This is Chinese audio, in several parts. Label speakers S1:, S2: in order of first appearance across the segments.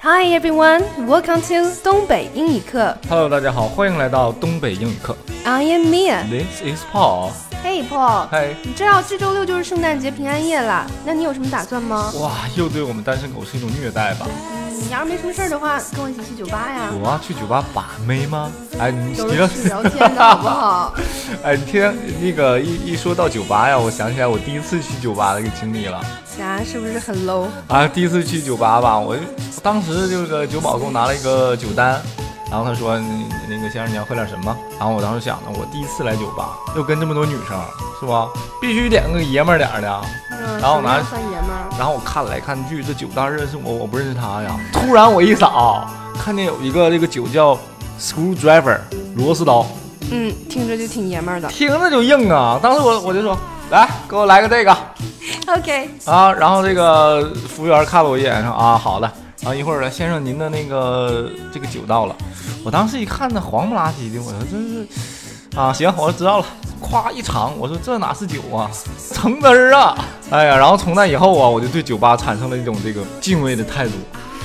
S1: Hi everyone, welcome to 东北英语课。
S2: Hello，大家好，欢迎来到东北英语课。
S1: I am Mia。
S2: This is Paul。
S1: Hey Paul，
S2: 嗨，
S1: 你知道这周六就是圣诞节平安夜啦？那你有什么打算吗？
S2: 哇，又对我们单身狗是一种虐待吧？
S1: 你要是没什么事儿的话，跟我一起去酒吧呀，
S2: 我要去酒吧把妹吗？哎，你
S1: 有
S2: 你
S1: 人
S2: 要
S1: 去聊天 的好不好？
S2: 哎，你天天那个一一说到酒吧呀，我想起来我第一次去酒吧的一个经历了
S1: 咱是不是很 low？
S2: 啊，第一次去酒吧吧，我就我当时这个酒保给我拿了一个酒单，然后他说你你那个先生你要喝点什么？然后我当时想呢，我第一次来酒吧，又跟这么多女生，是吧？必须点个爷们儿点儿的啊。
S1: 嗯，
S2: 然后
S1: 什么样
S2: 拿
S1: 算爷们儿？
S2: 然后我看来看去，这酒单认识我，我不认识他呀。 突然我一扫，看见有一个这个酒叫 screwdriver 螺丝刀，
S1: 嗯，听着就挺爷们儿的。
S2: 听着就硬啊。当时我我就说，来给我来个这个
S1: OK，
S2: 啊。然后这个服务员看了我一眼，说啊好的。然后一会儿先生您的那个这个酒到了，我当时一看那黄不拉几的，我说真是啊行，我说知道了。夸一尝，我说这哪是酒啊，橙汁儿啊！哎呀，然后从那以后啊，我就对酒吧产生了一种这个敬畏的态度。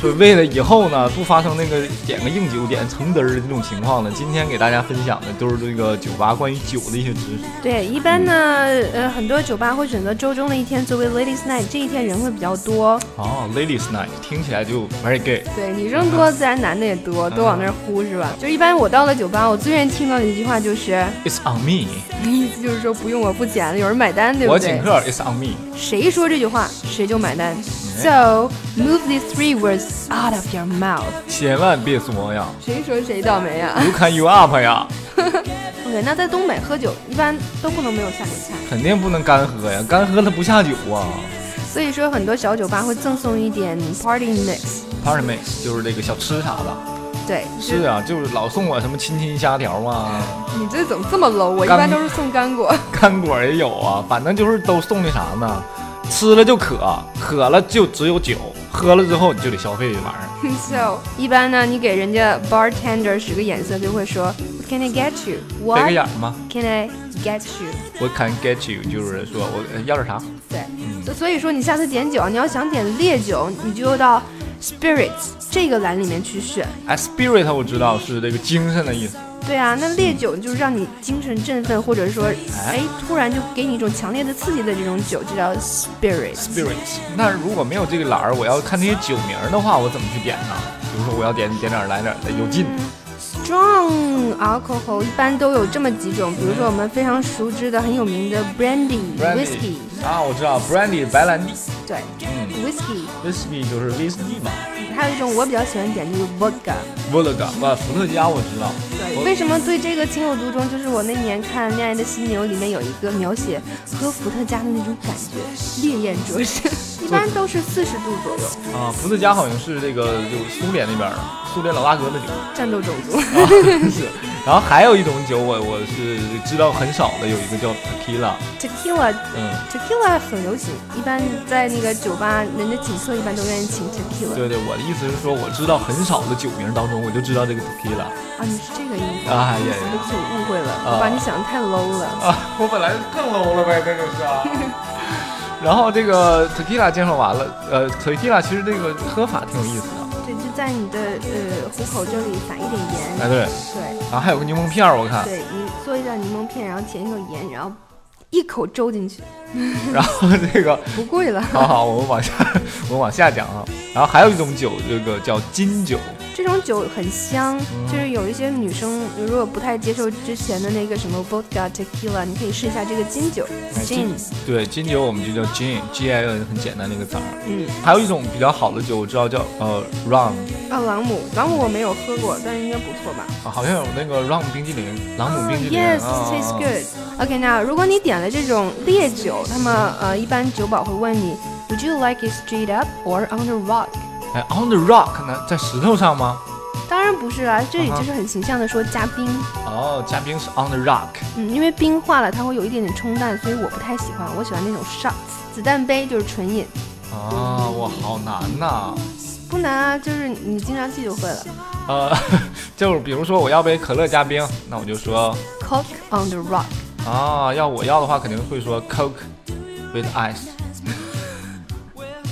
S2: 所以为了以后呢，不发生那个点个硬酒、点橙汁儿的这种情况呢，今天给大家分享的都是这个酒吧关于酒的一些知识。
S1: 对，一般呢，呃，很多酒吧会选择周中的一天作为 Ladies Night，这一天人会比较多。
S2: 哦，Ladies Night 听起来就 very gay。
S1: 对，女生多，自然男的也多，都往那儿呼是
S2: 嗯
S1: 吧？就一般我到了酒吧，我最愿意听到的一句话就是，
S2: It's on me，
S1: 意思就是说不用我付钱了，有人买单，对不
S2: 我
S1: 对
S2: 请？客。It's 哎 on me。
S1: 谁说这句话，谁就买单。So move these three words out of your mouth。
S2: 千万别说呀
S1: 谁说谁倒霉啊
S2: ，You can you up 呀，
S1: ？OK，那在东北喝酒一般都不能没有下酒菜，
S2: 肯定不能干喝呀，干喝它不下酒啊。
S1: 所以说很多小酒吧会赠送一点 party mix。
S2: Party mix 就是这个小吃啥的。
S1: 对，就是
S2: 啊，就是老送我什么亲亲虾条啊，
S1: 你这怎么这么 low？我一
S2: 干
S1: 般都是送干果。
S2: 干果也有啊，反正就是都送的啥呢？吃了就渴，渴了就只有酒，喝了之后你就得消费这玩意儿。
S1: So 一般呢，你给人家 bartender 使个眼色，就会说 What can I get you?
S2: 这个
S1: What
S2: 眼儿吗？
S1: can I get you？
S2: 我 can get you，就是说我呃要点啥？
S1: 对，
S2: 嗯
S1: 所所以说你下次点酒，啊你要想点烈酒，你就到 spirits 这个栏里面去选。
S2: 哎，spirit 我知道是这个精神的意思。
S1: 对啊，那烈酒就是让你精神振奋，或者说，
S2: 嗯哎
S1: 哎，突然就给你一种强烈的刺激的这种酒，就叫 spirits。
S2: spirit，那如果没有这个栏儿，我要看这些酒名儿的话，我怎么去点呢？比如说我要点点点儿来点儿的有劲，
S1: 嗯 Strong alcohol 一般都有这么几种，比如说我们非常熟知的、很有名的 brandy、
S2: Brandy
S1: whisky，
S2: 啊，我知道 brandy 白兰地，
S1: 对
S2: 嗯
S1: ，whisky，
S2: ，whisky 就是威士忌嘛。
S1: 还有一种我比较喜欢点就是 vodka。
S2: 伏特加，啊，伏特加我知道。
S1: 对，为什么对这个情有独钟？就是我那年看《恋爱的犀牛》里面有一个描写喝伏特加的那种感觉，烈焰灼身， 一般都是四十度左右。
S2: 啊，伏特加好像是这个就苏联那边儿的，苏联老大哥的酒。
S1: 战斗种族，
S2: 啊、 是。然后还有一种酒我，我是知道很少的，有一个叫 tequila，
S1: tequila
S2: 嗯，
S1: tequila 很流行，一般在那个酒吧，人家请客一般都愿意请 tequila。
S2: 对对，我的意思是说，我知道很少的酒名当中，我就知道这个 tequila
S1: 啊，你是这个意思？
S2: 啊也
S1: 我不起，我误会了，我把你想的太 low 了。
S2: 啊， 我本来更 low 了呗，这就是啊。 然后这个 tequila 介绍完了，呃，tequila 其实这个喝法挺有意思的，
S1: 对，就在你的呃虎口这里撒一点
S2: 哎
S1: 盐，
S2: 对，
S1: 对。
S2: 然后还有个柠檬片儿，我看，
S1: 对你做一点柠檬片，然后舔一口盐，然后一口粥进去，
S2: 然后这个
S1: 不贵了。
S2: 好好，我们往下， 我们往下讲啊。然后还有一种酒，这个叫金酒，
S1: 这种酒很香，就是有一些女生如果不太接受之前的那个什么 vodka tequila，你可以试一下这个金酒
S2: 哎
S1: gin。
S2: 对，金酒我们就叫 gin，G I N 很简单的一个词儿。
S1: 嗯，
S2: 还有一种比较好的酒，我知道叫呃 rum，
S1: 啊，朗姆，朗姆我没有喝过，但是应该不错吧？哦
S2: 啊好像有那个 rum 冰激凌，朗姆冰激凌。
S1: Oh, Yes,
S2: 啊
S1: tastes good. OK，那如果你点了这种烈酒，那么呃，一般酒保会问你，Would you like it straight up or on the rock？
S2: 哎，on the rock 呢，在石头上吗？
S1: 当然不是啦，这里
S2: 啊哈
S1: 就是很形象的说加冰。
S2: 哦，加冰是 on the rock。
S1: 嗯，因为冰化了，它会有一点点冲淡，所以我不太喜欢。我喜欢那种 shots，子弹杯就是纯饮，
S2: 啊，我好难呐、
S1: 不难啊，就是你经常去就会了。
S2: 呃， 就是比如说我要杯可乐加冰，那我就说
S1: Coke on the rock，
S2: 啊，要我要的话肯定会说 coke with ice。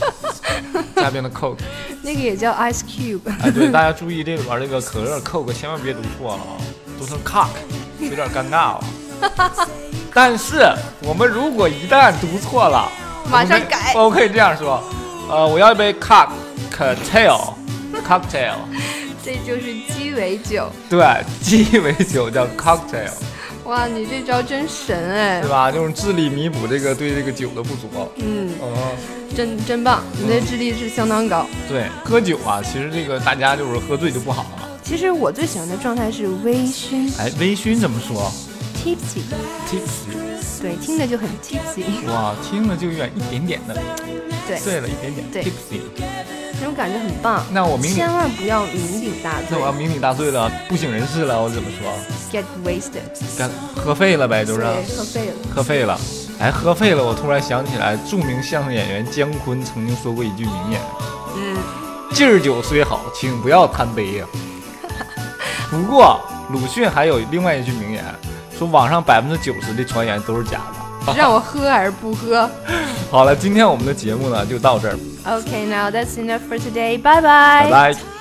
S2: 加冰的 Coke。
S1: 那个也叫 Ice Cube，
S2: 哎，对，大家注意这个玩这个可乐、Coke，千万别读错了啊，读成 cock，有点尴尬啊、但是我们如果一旦读错了，
S1: 马上改
S2: 我们可以我可以这样说，呃，我要一杯 cock cocktail cocktail，
S1: 这就是鸡尾酒。
S2: 对， 鸡尾酒叫 cocktail，
S1: 哇，你这招真神哎
S2: 对！吧？就是致力弥补这个对这个酒的不足。
S1: 嗯，
S2: 嗯，
S1: 真真棒，你的智力是相当高。
S2: 对，喝酒啊，其实这个大家就是喝醉就不好了。
S1: 其实我最喜欢的状态是微醺
S2: 哎，微醺怎么说
S1: tipsy，
S2: ？tipsy，
S1: 对，听着就很 tipsy，
S2: 哇，听了就有点一点点的
S1: 对，
S2: 醉了一点点
S1: 对
S2: tipsy。
S1: 那种感觉很棒。
S2: 那我明
S1: 千万不要酩酊大
S2: 那
S1: 醉
S2: 我要酩酊大醉了，不省人事了，我怎么说？
S1: ，get wasted，
S2: 干喝废了呗，就是
S1: 对，喝废了。
S2: 喝废了。哎，喝废了！我突然想起来，著名相声演员姜昆曾经说过一句名言
S1: 嗯，：“
S2: 劲儿酒虽好，请不要贪杯呀。”不过，鲁迅还有另外一句名言，说网上百分之九十的传言都是假的。
S1: 让我喝而不喝。
S2: 好了，今天我们的节目呢就到这儿，
S1: Okay, now that's enough for today. Bye bye.
S2: 拜拜。